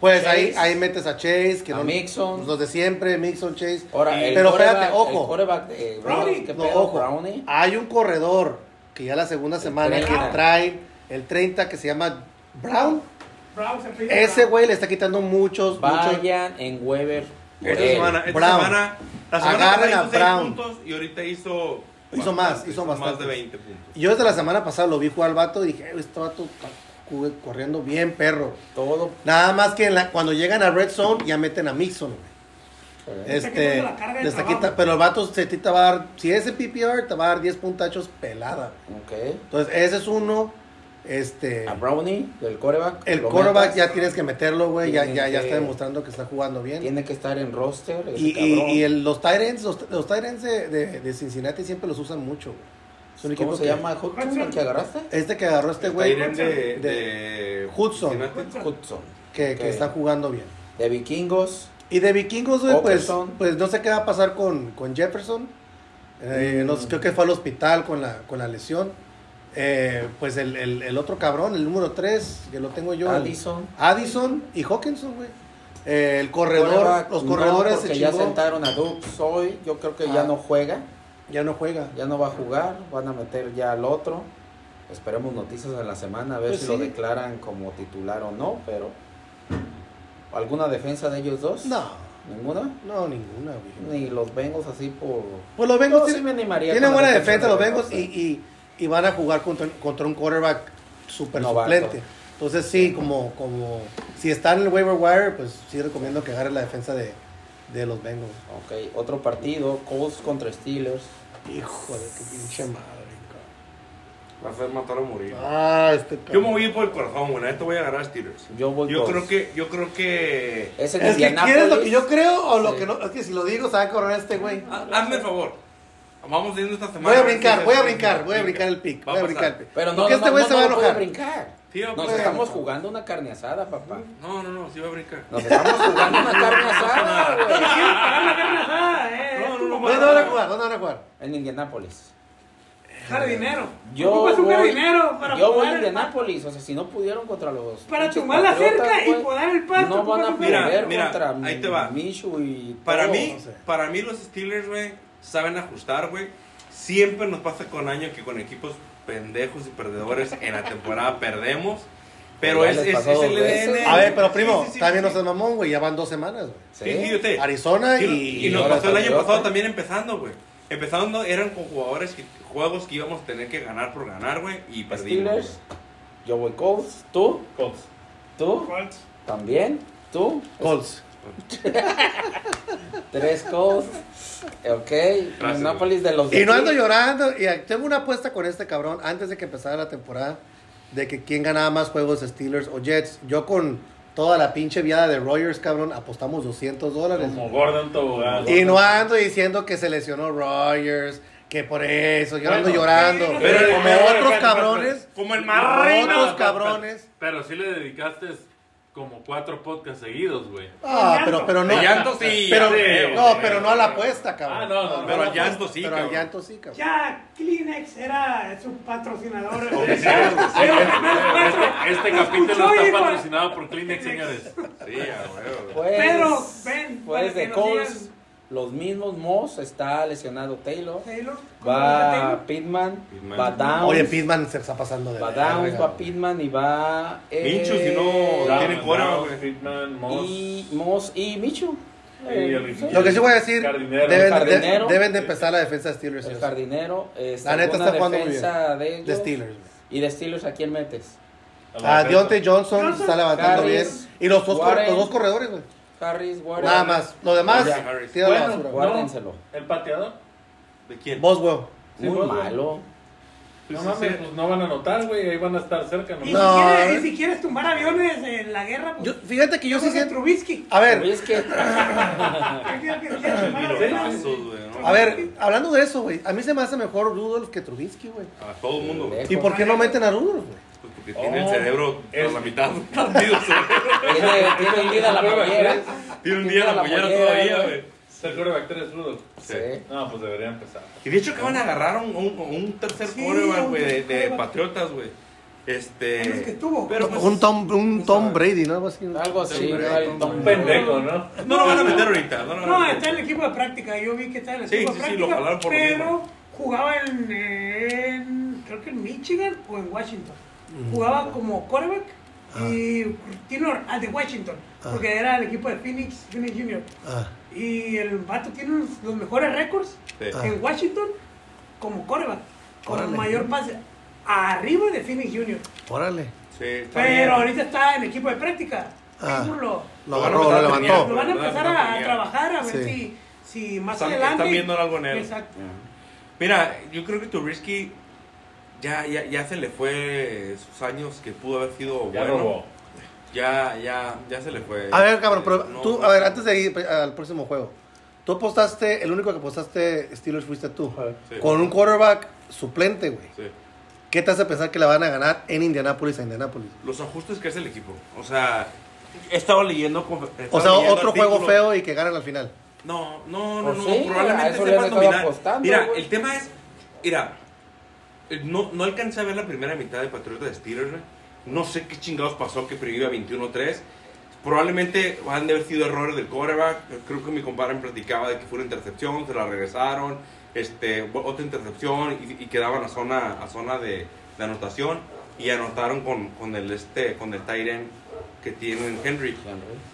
Pues ahí,
Chase.
ahí metes a Chase, que
A
no-
Mixon.
Los de siempre, Mixon, Chase.
Ahora, el
Pero
quarterback-
espérate, ojo.
El quarterback de
Brownie.
Brownie. ¿Qué
No,
pedo,
ojo.
Brownie?
Hay un corredor que ya la segunda semana que
30.
trae el 30 que se llama Brown.
Browns se pide
Ese
Browns.
güey le está quitando muchos, muchos.
Vayan en Weber. por
Esta
él.
semana, esta
eh, Brown.
semana, la semana
Agarren
pasada
a
hizo seis
Brown.
puntos y ahorita hizo.
Hizo más, hizo
más
bastante.
de 20 puntos.
Yo desde la semana pasada lo vi jugar al vato y dije, "Eh, este vato está cu- corriendo bien, perro.
Todo.
Nada más que en la- cuando llegan a Red Zone ya meten a Mixon, güey. Este,
quitando la carga de
le está
trabajo.
quita- pero el vato se te va a dar, si es en PPR, te va a dar 10 puntachos pelada.
Ok.
Entonces, ese es uno. Este,
A Brownie, el coreback.
el
lo
quarterback
metas.
ya tienes que meterlo, güey. Ya,
Tienen
ya, ya
que-
está demostrando que está jugando bien.
Tiene que estar en roster. ese
Y, y-
cabrón.
y el- los Tyrants, los, los tight ends de, de- de Cincinnati siempre los usan mucho, güey. Es un
¿Cómo
equipo
se
que-
llama? ¿Hudson el que agarraste?
Este que agarró este güey,
Tyrant de,
de-
de
Hudson.
Cincinnati.
Hudson.
que, que
Ok.
está jugando bien.
De vikingos.
Y de vikingos, güey, pues,
Oakerson.
pues no sé qué va a pasar con, con Jefferson. Eh,
Mm.
no sé, creo que fue al hospital con la, con la lesión. Eh, pues el, el- el otro cabrón, el número 3, que lo tengo yo. el-
Addison.
Addison y Hawkinson, güey. Eh, el corredor,
Quarterback,
los
no,
corredores se
porque ya
chingó.
sentaron a Dux hoy. Yo creo que
Ah.
ya no juega.
Ya no juega.
Ya no va a jugar. Van a meter ya al otro. Esperemos noticias en la semana a ver
Pues
si
sí.
lo declaran como titular o no. Pero. ¿Alguna defensa de ellos dos?
No,
¿Ninguna?
no, ninguna, güey.
Ni los Bengals así por.
Pues los Bengals
Yo sí
tienen-
me animaría
tienen
con la
buena defensa,
defensa
los
de
Bengals, y,
Bengals,
y, y van a jugar contra, contra un quarterback super
Novato.
suplente. Entonces, sí, como, como si está en el waiver wire, pues sí recomiendo que agarre la defensa de, de los Bengals.
Ok, otro partido. Colts contra Steelers.
Hijo de qué pinche madre, cabrón.
Va a ser matar o morir.
Ah, este
Yo
cabrón.
me voy a ir por el corazón, güey. Esto voy a agarrar a Steelers.
Yo voy
Yo
Colts.
creo que. Yo creo que.
Es en
Es que quieres lo que
Indianapolis.
yo creo o lo
Sí.
que no. Es que si lo digo, se va a correr este güey.
Ah, Hazme el favor. Vamos viendo esta semana.
Voy a brincar,
Sí,
voy a
sí,
brincar,
sí,
voy a
sí.
brincar el pick.
Va a
Voy a
pasar.
brincar el pick.
Pero no,
Porque
no,
este güey
no,
se
no
va a
lo puede
enojar.
brincar.
Sí, va a
Nos
pasar.
estamos jugando una carne asada, papá.
No, no, no. Sí, va a brincar.
Nos estamos jugando una carne asada, güey.
Quiero parar la carne asada, eh.
No, no, no.
¿Dónde van a jugar? ¿Dónde van a jugar?
En Indianápolis.
Jardinero.
Yo
Ocupas un
voy-
jardinero para
yo voy
jugar
a
el
Indianápolis, o sea, si no pudieron contra los...
Para
pinches
tumbar la
Patriotas,
cerca y
güey,
podar el pasto,
No van a
¿cómo
mira,
perder
mira,
contra
ahí te va.
Michu y
Para
todo,
mí,
o sea.
para mí los Steelers, güey, saben ajustar, güey. Siempre nos pasa con año que con equipos pendejos y perdedores en la temporada (laughs) perdemos. Pero
Ya
es,
les
es,
pasó
es
dos
el
veces.
ADN.
A ver, pero primo,
Sí, sí, sí,
también
sí.
no seas mamón, güey. Ya van dos semanas, güey.
Sí, sí, yo te-
Arizona
Sí,
y.
y, nos
ahora
pasó el año
Patriotas.
pasado también empezando, güey. Empezando eran con jugadores, que- juegos que íbamos a tener que ganar por ganar, güey, y perdimos.
Steelers, yo voy Colts, tú,
Colts.
tú,
Colts.
también, tú,
Colts.
tres Colts, ok, Indianápolis de los... de
Y no
aquí.
ando llorando. Y tengo una apuesta con este cabrón antes de que empezara la temporada de que quién ganaba más juegos Steelers o Jets. Yo con toda la pinche viada de Rogers, cabrón, apostamos 200 dólares.
Como Gordon Tobogán.
Y no ando diciendo que se lesionó Rogers, que por eso, yo ando
Bueno,
llorando.
pero-
como
pero-
otros
pero-
cabrones,
Como el
como
marrón.
otros cabrones.
Pero sí le dedicaste como cuatro podcasts seguidos, güey.
Ah, pero, pero no.
De llanto sí.
Pero,
ya sé,
no,
güey.
pero no a la apuesta, cabrón.
Ah, no, no,
a
pero
la
al
apuesta,
llanto sí,
Pero al
cabrón.
llanto sí, cabrón.
Ya Kleenex era su patrocinador.
Este, este capítulo
Escuchó,
está
hijo.
patrocinado por Kleenex, señores.
Sí, a huevo.
Pues,
Pero, ven,
pues
para que
de
nos
Colts, los mismos Moss, está lesionado Taylor,
Taylor, ¿cómo se llama
va
Taylor?
Pittman,
Pittman.
va Downs,
Oye, Pitman se está pasando de
va
verga,
Downs,
cabrón.
va Pittman y va... eh,
Minshew, si no,
Down,
Tiene cora,
Down,
güey.
Pittman, Moss.
y Moss y Michu. Eh,
Y el-
sí.
Lo que sí voy a decir,
Jardinero.
deben, de-
Jardinero.
deben de empezar la defensa de Steelers.
El
señor.
jardinero. Es
La neta está jugando muy
defensa de
De
ellos.
Steelers. güey.
Y de Steelers, ¿a quién metes?
A
Ah,
la defensa.
Deontay Johnson,
Johnson.
está levantando
Harris,
bien. Y los dos, cor-
Warren.
los dos corredores, güey.
Harris, Warren.
Nada más. Lo demás,
Ya, Harris.
tira la
Bueno,
basura. güey.
Guárdenselo.
¿El pateador?
¿De quién?
Boswell.
Sí,
Muy
vos, güey.
malo.
No
Sí,
mames,
sí.
pues no van a notar, güey. Ahí van a estar cerca, ¿no?
Y,
No, a
si
eh.
ver.
quieres, y si quieres tumbar aviones en la guerra, pues
Yo- fíjate que yo sí
Jorge
siento.
Trubisky.
A ver,
Pero es que
Ah.
Yo creo que
(laughs)
quieres tumbar
Mira,
aviones.
Pasos, güey, ¿no?
a ver, hablando de eso, güey. A mí se me hace mejor Rudolph que Trubisky, güey.
A todo el mundo, güey.
¿Y por qué no meten a Rudolph, güey?
Pues porque tiene el
Oh,
cerebro
es-
a la mitad partido, cerebro.
tiene, tiene hundida la pollera.
Tiene un día la pollera todavía, güey.
(laughs) ¿El coreback 3 rudo?
Sí.
No, pues debería empezar.
Y de hecho acaban de agarrar a un, un, un tercer
Sí,
coreback,
un
güey, de, de
coreback.
Patriotas, güey.
Con los que
Este.
tuvo.
Pero pues,
Un Tom, un Tom Brady, ¿no? Algo así.
Algo así,
Hombre,
¿no? El
Un
Tom
pendejo, ¿no?
No lo van a meter ahorita. No, lo van a
No,
meter.
está en el equipo de práctica. Yo vi que está en el
Sí,
equipo
sí,
de
sí,
práctica.
lo jalaron por lo
pero
mismo.
jugaba en, en- Creo que en Michigan o en Washington. Jugaba como quarterback y tiene or- ah, de Washington. Porque era el equipo de Phoenix, Phoenix Junior.
Ah.
Y el vato tiene los, los mejores récords
Sí.
en Washington como quarterback. Con
Órale.
mayor pase. Arriba de Phoenix Junior.
Órale.
Sí, está bien.
Pero ahorita está en equipo de práctica.
Ah.
Seguro.
Lo
Lo van a
agarró, lo
empezar a terminar,
levantó.
Lo van a empezar
Lo van a
a,
tener.
trabajar a ver
Sí.
si, si más
Están-
adelante.
están viendo algo en él.
Exacto.
Mira, yo creo que Trubisky ya, ya, ya se le fue sus años que pudo haber sido
Ya
bueno.
robó.
Ya, ya, ya se le fue.
A ver, cabrón, pero
No,
tú,
no.
a ver, antes de ir pe- al próximo juego, tú apostaste, el único que apostaste Steelers fuiste tú,
Sí.
con un quarterback suplente, güey.
Sí.
¿Qué te hace pensar que la van a ganar en Indianápolis a Indianápolis?
Los ajustes que hace el equipo. O sea, he estado leyendo. con- he
O
estado
sea,
leyendo
otro juego
artículos.
feo y que ganan al final.
No, no, no,
Pues
no,
sí, a
probablemente
eso
sepan
le estaba
dominar.
apostando,
mira,
güey.
el tema es, mira, eh, no, no alcancé a ver la primera mitad de Patriota de Steelers, güey. no sé qué chingados pasó que perdió a 21-3, probablemente han de haber sido errores del quarterback, creo que mi compadre me platicaba de que fue una intercepción, se la regresaron, este, o- otra intercepción y, y quedaban a zona, a zona de, de anotación y anotaron con, con el este, con el tight end que tienen Henry.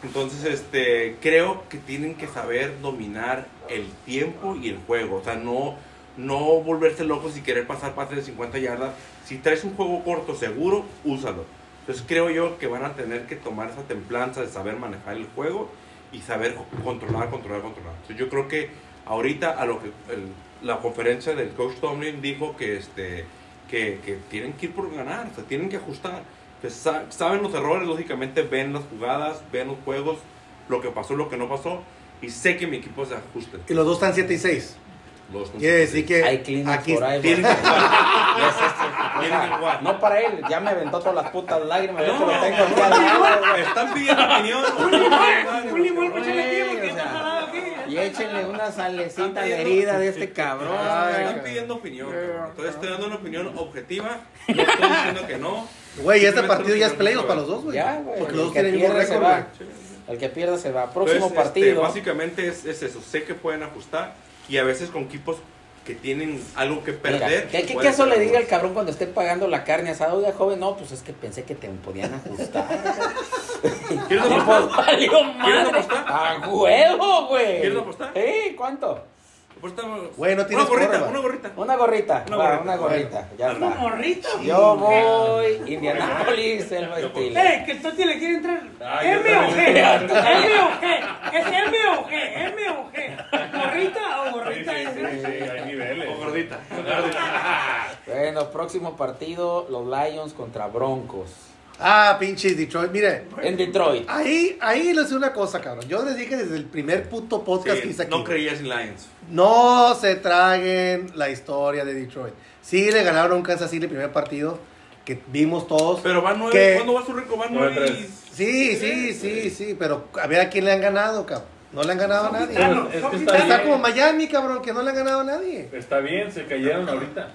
Entonces, este, creo que tienen que saber dominar el tiempo y el juego. O sea, no, no volverse locos y querer pasar pases de 50 yardas. Si traes un juego corto seguro, úsalo. Entonces, creo yo que van a tener que tomar esa templanza de saber manejar el juego y saber controlar, controlar, controlar. Entonces, yo creo que ahorita a lo que el- la conferencia del coach Tomlin dijo que este que, que tienen que ir por ganar, o sea, tienen que ajustar. Pues, sa- saben los errores, lógicamente ven las jugadas, ven los juegos, lo que pasó, lo que no pasó, y sé que mi equipo se ajuste.
Y los dos están 7 y 6.
Los-
Quiere decir que
Pues Hay Kleenex
aquí...
por ahí. güey.
Tienen que jugar.
(laughs) Ya es esto.
Ah, Tienen que jugar.
No para él, ya me aventó todas las putas lágrimas. de hecho,
No,
lo tengo aquí al lado, güey.
Pues, Están pidiendo opinión.
Un limón, un limón, échale aquí,
Güey,
porque
o
está
sea,
jalado aquí.
Y échenle una salecita a la
pidiendo-
herida de este cabrón.
Están
güey.
pidiendo opinión, cabrón. Entonces estoy dando una opinión objetiva. No estoy diciendo que no.
Güey, este
Simplemente
partido ya es
opinión
playoff
objetiva.
para los dos, güey.
Ya, güey.
Porque
El
los dos
que
tienen el mismo
pierda se
récord,
va.
güey.
El que pierda se va. Próximo
Entonces, este,
partido.
básicamente es, es eso. Sé que pueden ajustar y a veces con equipos que tienen algo que
Mira,
perder.
¿Qué, qué,
pueden
qué eso le
hacer
diga el
algo.
cabrón cuando esté pagando la carne asada? Oiga, joven, no, pues es que pensé que te podían ajustar.
(laughs) ¿Quieres
Y
apostar?
pues valió madre.
apostar?
¡A huevo, güey!
¿Quieres apostar?
¿Eh? ¿Cuánto?
Apostamos.
Güey, no
una
tienes
gorrita,
corre, va.
una gorrita.
Una gorrita.
Una
va,
gorrita.
Una gorrita. Ya
Un
está.
morrito.
Yo voy Indianapolis, el
Eh,
Baitile.
que el Toti le quiere entrar.
Ah, yo
M o G.
también.
M o G. Es M o G. M o G. Gorrita o
Sí, sí,
gorrita.
sí, sí, hay niveles.
O gordita.
Bueno, próximo partido, los Lions contra Broncos.
Ah, pinches Detroit. Mire,
En Detroit.
ahí, ahí les digo una cosa, cabrón. Yo les dije desde el primer puto podcast que
Sí,
hice aquí.
no creías en Lions.
No se traguen la historia de Detroit. Sí le ganaron Kansas City el primer partido que vimos todos.
Pero va nueve.
Que-
¿Cuándo va su récord? Va
Nueve,
nueve. y-
tres.
Sí, sí, sí, sí, pero a ver a quién le han ganado, cabrón. No le han ganado a nadie.
gitanos,
Es
son
que
gitanos.
Está como Miami, cabrón, que no le han ganado a nadie.
Está bien, se cayeron ahorita.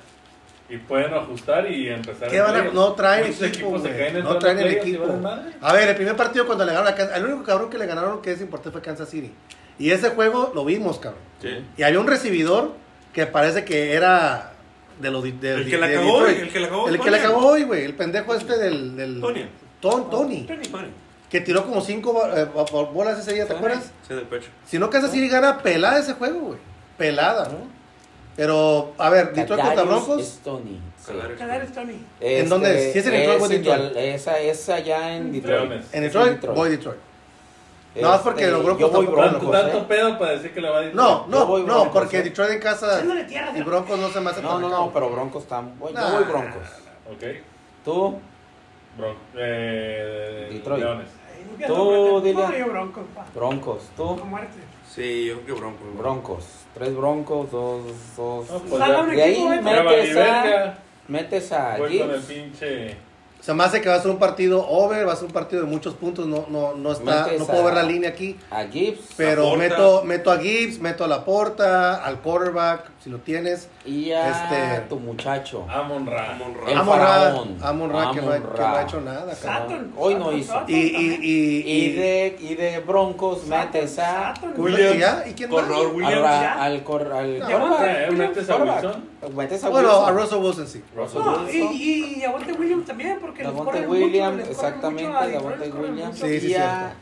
Y pueden ajustar y empezar.
¿Qué van a-
playoffs.
no traen
Muchos
equipo,
equipos se
güey.
caen
No
entrando
traen el
playoffs y
equipo.
valen madre.
A ver, el primer partido cuando le ganaron a Kansas, el único cabrón que le ganaron que es importante fue Kansas City. Y ese juego lo vimos, cabrón.
Sí.
Y había un recibidor que parece que era de los de- de-
El que
de
la cagó hoy,
Detroit.
el que la cagó,
El que la
Tony.
cagó hoy, güey, el pendejo este del, del
Tony.
Ton- Tony,
Tony.
que tiró como cinco bo- eh, bo- bo- bolas ese día, ¿te acuerdas?
Sí, del pecho.
Si no Kansas City gana pelada ese juego, güey. Pelada, ¿no? Pero a ver, Detroit contra
Kadarius
Broncos,
Stoney. Sí.
Calar esto.
Calar es Tony.
Este,
¿En dónde es? ¿Sí es en Detroit o en
es
Detroit?
Indian- Esa es allá en Detroit.
Leones.
en
Es
Detroit, voy Detroit. No, es porque los Broncos
Yo voy
tampoco-
Broncos,
Tanto, tanto
eh.
pedo para decir que le va a decir.
No, no,
Yo voy
no,
Broncos,
porque
¿eh?
Detroit en casa
Echándole tierra,
y Broncos no se me hace
No,
tan
no,
cabrón.
no, pero Broncos están... voy- Yo
Nah.
voy Broncos.
Ok.
¿Tú?
Bron eh,
Detroit.
Leones.
Tú, dile.
No, yo bronco, pa.
Broncos. ¿Tú?
A muerte.
Sí, yo creo que bronco.
Broncos. Tres broncos, dos... dos.
No, pues
Sala
ya.
un
de ahí
equipo, eh,
me-
Ya valí
metes a-
verga.
Metes a
Voy con el
Gibbs.
pinche.
Se me hace que va a ser un partido over, va a ser un partido de muchos puntos, no, no, no está,
Metes
no puedo ver la
a-
línea aquí.
A Gibbs.
Pero
Laporta.
meto, meto a Gibbs, meto a Laporta, al quarterback, si lo tienes.
Y a
Este-
tu muchacho.
Amon Ra.
Amon Ra.
El
Amon-Ra,
faraón.
Amon-Ra, que, no ha- que no
Amon-Ra.
ha hecho nada, cabrón.
Sutton.
Hoy no
Sutton,
hizo.
Sutton
Y, y,
también.
y, y,
Y de, y de Broncos
Sutton,
metes a...
Sutton.
Williams. ¿Y ya? ¿Y quién más?
Corredor
Al,
Williams.
ra- al, cor- al
No,
quarterback.
eh, metes a
Quarterback.
Wilson.
Pues Metes a
Bueno, a
Wilson.
Russell Wilson sí.
Russell
No, y,
Wilson.
y, y Davante Williams también, porque les
Davante
corren mucho,
Williams,
les corren
exactamente,
mucho a Detroit,
Davante
les corren
Williams.
mucho. Sí, sí,
y, a,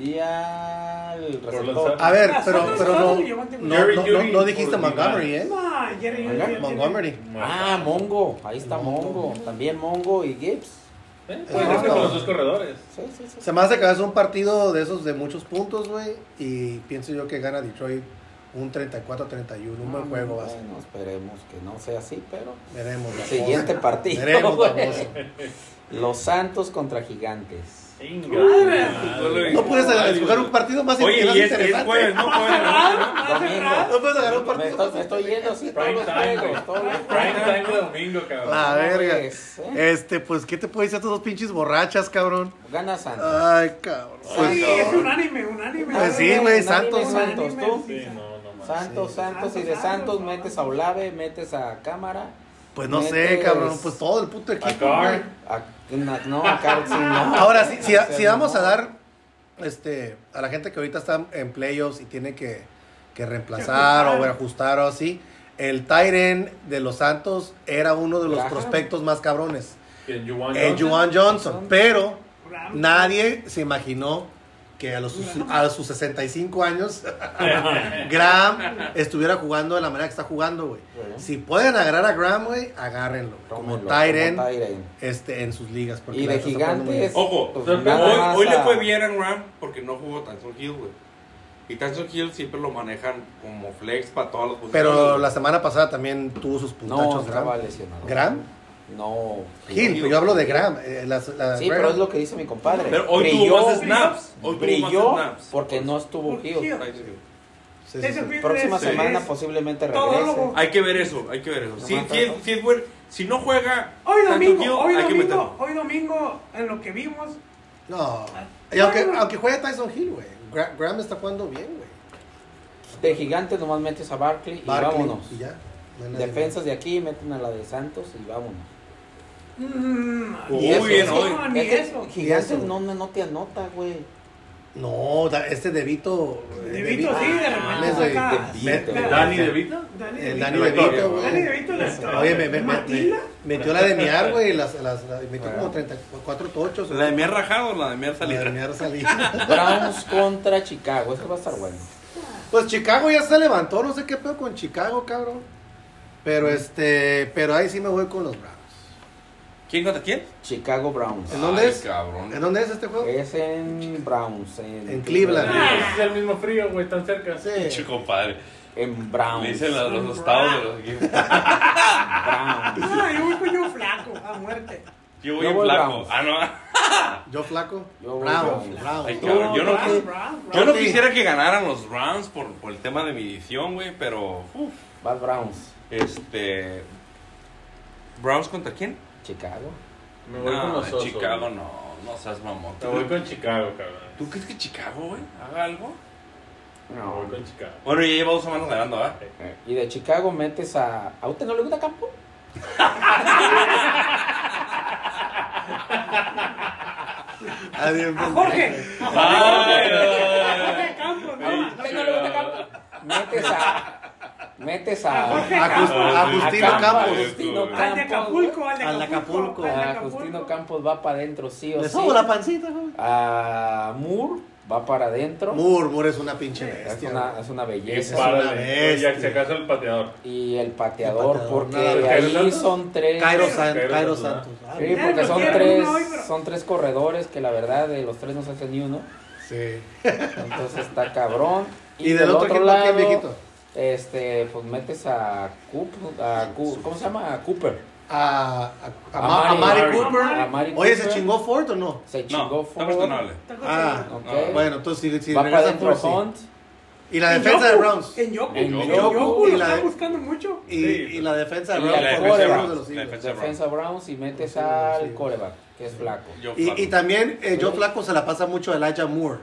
y al receptor.
Sutton.
A ver,
Ah,
pero,
Sutton,
pero no,
Sutton y Davante
no,
Jerry
no,
Judy
no- no dijiste
por
Montgomery,
Divan.
¿eh?
No, ah, Jerry,
Oiga,
Jerry-
Montgomery.
Ah, Mongo. Ahí está Mongo. También Mongo y Gibbs.
Eh,
Es
pues, es que
Mongo.
con los dos corredores.
Sí, sí, sí.
Se me hace que va a ser un partido de esos de muchos puntos, güey. Y pienso yo que gana Detroit un 34-31. Un buen juego va a ser.
Bueno, esperemos que no sea así, pero...
Veremos. la
Siguiente
cosa.
partido, (laughs)
Veremos,
güey.
famoso.
Los Santos contra Gigantes.
Inga.
Madre.
Madre.
No puedes escoger un partido más
Oye,
más
y es, es
interesante.
jueves, no
(laughs)
jueves.
Ah, va a cerrar.
No puedes agarrar un
Me
partido
estoy,
más
me estoy yendo así todos
Prime
los
time,
juegos.
güey.
todos los
Prime
juegos.
time de domingo, cabrón.
La verga.
Pues, ¿eh?
Este, pues, ¿qué te puede decir a estas dos pinches borrachas, cabrón?
Gana Santos.
Ay, cabrón.
Sí, es unánime, unánime.
Pues sí, güey, Santos.
Santos, tú.
Sí, no, no más.
Santos,
Sí.
Santos y de Santos
Santos, Santos,
metes a Olave, metes a Cámara.
Pues no sé,
Metes-
cabrón. Pues todo el puto
A
equipo.
Carr.
güey.
a- na- no, a Carlson, no.
(laughs) Ahora, si, si,
Ah,
O sea,
si vamos
no.
a dar este, a la gente que ahorita está en playoffs y tiene que, que reemplazar
Que
o
ajustar.
ajustar o así, el Tyren de los Santos era uno de los
Graham.
prospectos más cabrones.
Que Juwan
El
Johnson.
Juan Johnson. Pero
Graham.
nadie se imaginó que a, los, a sus 65 años (laughs) Graham estuviera jugando de la manera que está jugando, güey.
Bueno.
Si pueden agarrar a Graham, güey, agárrenlo. güey, Como
Tómenlo,
Tyren
como tight end.
este, en sus ligas. porque
Y
la
de
neta está jugando muy
gigantes.
bien.
Ojo,
pues,
hoy-
nada
Hoy,
más
hoy le
a-
fue bien a Ram porque no jugó Tanson Hill, güey. Y Tanson Hill siempre lo manejan como flex para todas las posiciones.
Pero
güey.
la semana pasada también tuvo sus puntachos.
No, estaba
Graham.
lesionado.
Graham.
No.
Gil, pero yo hablo de Graham. eh, las- las-
Sí, pero es lo que dice mi compadre.
Pero hoy tuvo más snaps. Hoy tuvo
brilló
más snaps.
porque no estuvo
Por
Hill.
Hill.
Tyson Hill.
Sí, sí, sí.
Ese
Próxima
Sí.
semana pues.
Sí.
posiblemente regrese.
Todólogo.
Hay que ver eso, hay que ver eso. Si,
Nomás
si,
todo.
si, es buen- si no juega
Hoy
Tanson Hill,
domingo, hoy
hay que
domingo,
meterlo.
hoy domingo, en lo que vimos,
No. Y aunque, aunque juegue Tyson Hill, güey. Gra- Graham está jugando bien, güey.
De gigantes nomás metes a Barkley y
Barkley,
vámonos.
Y ya. No hay nadie
Defensas de aquí, meten a la de Santos y vámonos.
Mm,
Uy,
ni eso,
bien
no,
hoy.
ni
Es que
eso.
Gigantes
eso.
no, no, no te anota, güey.
más. No, da- este Devito. eh,
De Vito, sí, de repente
mames, güey.
saca-
De Vito.
saca-
(laughs)
¿Dani de Vita?
Dani
El
de
Dani
Vito.
Devito, güey.
Dani de Vito le estaba-
Oye, me, me- me-
¿Matila?
me- metió la de miar, güey. Las, las, las- metió como 34 tochos.
¿La de miel rajado o la de miel
La de
salida?
miar salida. (laughs)
Browns contra Chicago, eso va a estar bueno.
Pues Chicago ya se levantó. No sé qué pedo con Chicago, cabrón. Pero este. Pero ahí sí me voy con los Browns.
¿Quién contra quién?
Chicago Browns.
¿En dónde
Ay,
es?
cabrón.
(laughs) ¿En dónde es este juego?
Es en Browns. En,
En Cleveland.
Ese es el mismo frío, güey, tan cerca.
Sí.
Chico padre.
En Browns.
Le dicen los, los estados de los equipos.
Browns.
Ah, yo voy con yo flaco, a muerte.
Yo voy
Yo
en
voy
blanco.
Browns.
Ah, no.
Yo flaco.
Yo voy
Bravo,
Browns.
bravo.
Ay, cabrón. Yo no,
Browns,
quis-
Browns,
yo no
Sí.
quisiera que ganaran los Browns por, por el tema de mi edición, güey, pero. uf,
Vas Browns.
este. ¿Browns contra quién?
Chicago.
Me voy con
No,
los osos.
Chicago
güey.
no. No seas mamón.
Me voy con Chicago, cabrón.
¿Tú crees que Chicago, güey, haga algo?
Me
No.
voy con Chicago.
Bueno, ya lleva dos semanas ganando, ¿ah?
Eh, Y de Chicago metes a. ¿A usted no le gusta campo?
Adiós,
A Jorge. A Jorge.
Ay,
A Jorge Campos, ¿no?
¿A usted no le gusta campo? Metes a. Metes a.
A Gus- a
Ah,
Agustino
Campo,
Campos.
Agustino
Al de
Al de Acapulco, al de
Al de Acapulco.
Acapulco. al de
A
Acapulco.
Justino Campos va para adentro, sí o
Le
sí.
subo la pancita, güey.
A Moore va para adentro.
Mur, Mur es una pinche
Es
bestia.
una, es una
Es
belleza.
para
una
de.
bestia.
Ya, si acaso el pateador.
Y el pateador,
El pateador, nada
porque
más.
ahí
¿Cairo Santos?
son tres.
Cairo, San-
Cairo
Cairo Santos.
Santos.
Ah,
Sí,
mira.
porque son
Quiero
tres,
uno hoy, pero-
son tres corredores que la verdad de los tres no se hace ni uno.
Sí.
Entonces está cabrón.
(laughs) ¿Y del otro equipo quién, viejito?
Este, pues metes a Coop- a Coop- ¿cómo se llama? A Cooper.
A, a, a, Ma- a Mari Cooper.
A Mari
Oye, ¿se
Cooper.
chingó Ford o no?
Se chingó
No, está
Ford.
cuestionable.
Está con-
Ah,
Ok.
Bueno, entonces si, si
Va para
regresa
adentro
Ford, sí.
Hunt.
Y la
En
defensa de
Yoku,
Browns.
En Yoku.
En
En
Yoku.
Yoku
Y
lo
la
está
de-
buscando mucho.
Y, y la defensa de
Y
Browns.
la
porque fue
defensa de
uno de los
Browns. La
Eagles.
defensa
Defensa Browns y metes
Sí,
al
sí.
coreback, que es flaco.
Yo,
Y, y
Flaco.
también eh, Joe
Sí.
Flaco se la pasa mucho a Elijah Moore,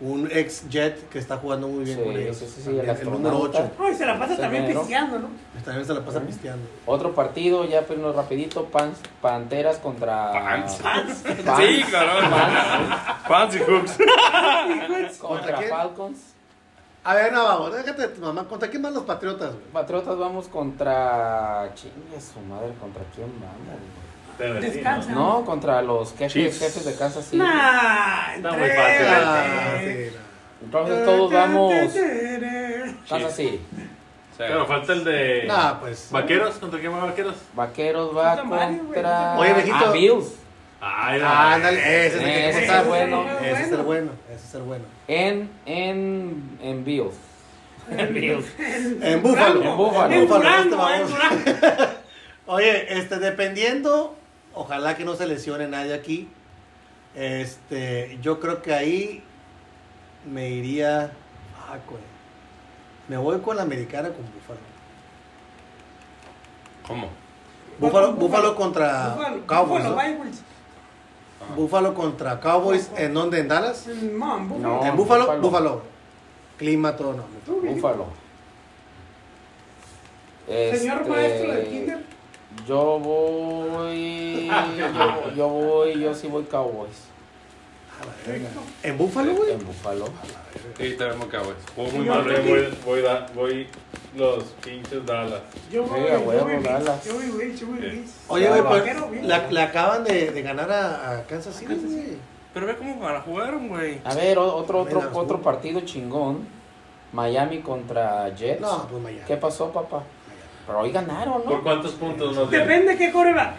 un ex Jet que está jugando muy bien
Sí,
con ellos.
sí, sí, sí,
también,
el
el número
astronauta.
8.
Ay, se la pasa
Se
también
generó.
pisteando, ¿no?
También se la pasa pisteando.
Otro partido, ya pero rapidito, Pan- Panteras contra
Pans.
Pants.
(laughs) Pans.
Sí, claro. Fans y Hooks.
¿Contra
contra
quién?
Falcons.
A ver, Navajo, déjate de tu mamá. ¿Contra quién más los Patriotas, güey?
Patriotas vamos contra. Chingue su madre, ¿contra quién vamos? güey?
Tennessee,
Descansa.
No, contra los jefes,
Chiefs.
jefes de Kansas City.
Nah,
Está muy
entrégate.
fácil,
Ah, sí,
Entonces todos vamos.
Pero
Kansas City.
Sí.
¿no? Pero falta el de.
no. Nah, pues.
¿Vaqueros? ¿Contra quién va vaqueros?
Vaqueros va
Puta madre, güey.
contra.
Oye, viejito.
Ah, Bills.
Ay,
Ah, Ándale, ese es el que
Ese
está
es bueno.
Ese es el bueno, ese es el bueno.
En, en, en Bills.
En Búfalo.
En Búfalo.
En
Búfalo, este
Durango, en
vamos.
Durango.
Oye, este, dependiendo, ojalá que no se lesione nadie aquí. Este, yo creo que ahí me iría. Ah, güey. Me voy con la americana con Búfalo.
¿Cómo?
Búfalo,
Búfalo.
Búfalo contra
Búfalo,
Ah, Cowboys.
Búfalo,
¿no?
Bills.
Búfalo contra Cowboys. ¿En dónde? ¿En Dallas?
Mm, No, en Búfalo.
No.
¿En Búfalo?
Búfalo.
Búfalo. Clima, todo, no.
Tú, güey.
Búfalo.
Señor
Este,
maestro de Kinder.
Yo voy. Yo, yo voy, yo sí voy Cowboys.
¿En Búfalo, güey?
En Buffalo.
Sí, también me cago. Juego muy
Muy
mal.
mal, güey, voy, voy, da- voy los pinches Dallas.
Yo voy,
Sí, a
yo
huevo,
voy Bills,
Dallas.
Yo voy Bills, yo voy Bills.
Oye, güey,
Vaquero,
pues,
bien.
la- le acaban de, de ganar a, a Kansas City, güey.
Pero ve cómo gan- jugaron, güey.
A ver, o- otro,
Mira,
otro, otro
tú.
partido chingón. Miami contra Jets.
No, pues Miami.
¿Qué pasó, papá? Pero hoy ganaron,
¿Por
¿no?
cuántos puntos nos dieron?
Depende qué coreback.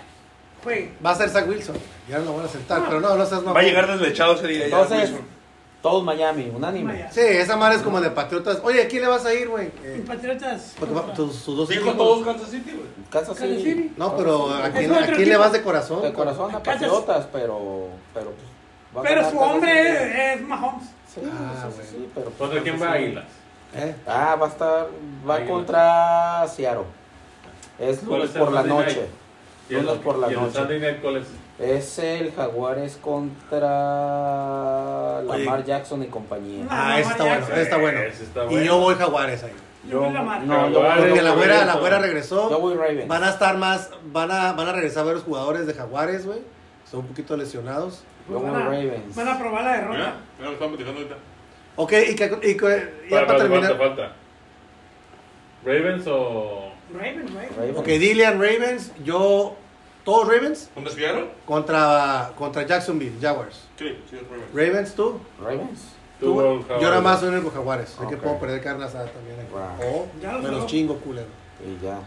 Güey,
Va a ser Zach Wilson. Ya no lo van a aceptar, pero no, no seas mamón.
Va a llegar deslechado ese día. ya,
Entonces,
Wilson.
todos Miami, unánime.
Miami.
Sí, esa madre es como de patriotas. Oye, ¿a quién le vas a ir, güey?
mis
Eh,
patriotas.
Pues,
porque va- tus, sus dos
Dijo
equipos.
todos Kansas City, güey.
Kansas
Kansas
City.
City.
No, pero ¿a
Es
quién,
otro
a quién le
equipo.
vas de corazón?
De corazón a
Kansas-
patriotas, pero. Pero, pues, va a
Pero
ganar
su
Kansas City.
hombre es, es Mahomes.
Sí,
Ah,
sí, sí,
bueno.
sí, pero. pues,
¿Contra quién va Águilas?
¿Eh?
Ah, va a estar. Va
Águila.
contra Seattle. Es
¿Cuál
lunes
es el
por la
Monday
noche.
Night? Y el,
Lunes por la
y el
noche.
Sunday Night, ¿cuál es?
Es el Jaguares contra
Oye.
Lamar Jackson y compañía.
Ah, ese está bueno, ese está bueno.
Ese está
Y
bueno. Ah,
yo voy Jaguares ahí.
Yo voy Lamar.
no, yo
Jaguares.
voy,
Porque la güera, la
correcto.
güera regresó.
yo voy Ravens.
Van a estar más, van a, van a regresar a ver los jugadores de Jaguares, güey. Son un poquito lesionados.
Yo voy
Pues van, a,
Ravens.
van a probar la derrota.
Mira, mira, lo están platicando ahorita.
Ok, y, que- y que- ya para
Para, falta,
terminar.
falta, falta. ¿Ravens o.?
Ravens, güey.
Ravens.
Ok, Dillian Ravens, yo. ¿Todos Ravens?
¿Dónde estudiaron?
Contra, contra Jacksonville, Jaguars.
Sí, sí, es Ravens.
Ravens, tú.
Ravens.
Tú,
Tú,
Jaguares.
yo nada más soy único Jaguares. Sé que
Ok.
puedo perder carne asada también. aquí.
Wow.
O
Ya lo
me los
sacó.
chingo, culero.
Y ya.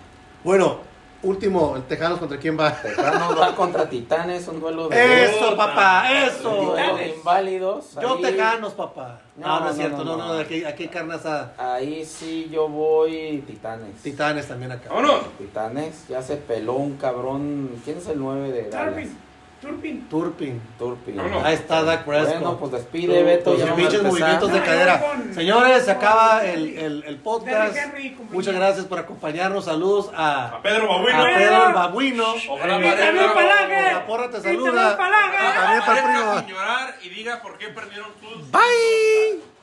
Bueno, último, el Tejanos contra quién
(laughs)
va.
Tejanos va contra Titanes, un duelo de
Eso, papá, eso.
un duelo de inválidos.
Yo
Ahí-
Tejanos, papá. No, no,
No,
es
no,
cierto, no,
no,
no,
no.
aquí, aquí hay carne asada.
Ahí sí yo voy Titanes.
Titanes también acá.
¡Vámonos!
Titanes, ya se peló un cabrón. ¿Quién es el 9 de Dallas?
Turpin. Turpin.
Turpin.
Turpin.
Vámonos.
Ahí está Dak Prescott.
Bueno, pues despide, Beto.
Los
Ya vamos a
pinches
empezar.
movimientos de
No,
cadera.
con-
Señores, se
con-
acaba el, el- el podcast.
Derrick Henry y compañía.
Muchas gracias por acompañarnos. Saludos a,
A Pedro Babuino.
a Pedro el Babuino.
Ojalá
Y también
aparezca.
Eh, Palaje.
La porra te
Y también
saluda. (laughs)
Palaje.
También para el
Aparezca
primo.
sin llorar y diga por qué perdieron tus...
Bye.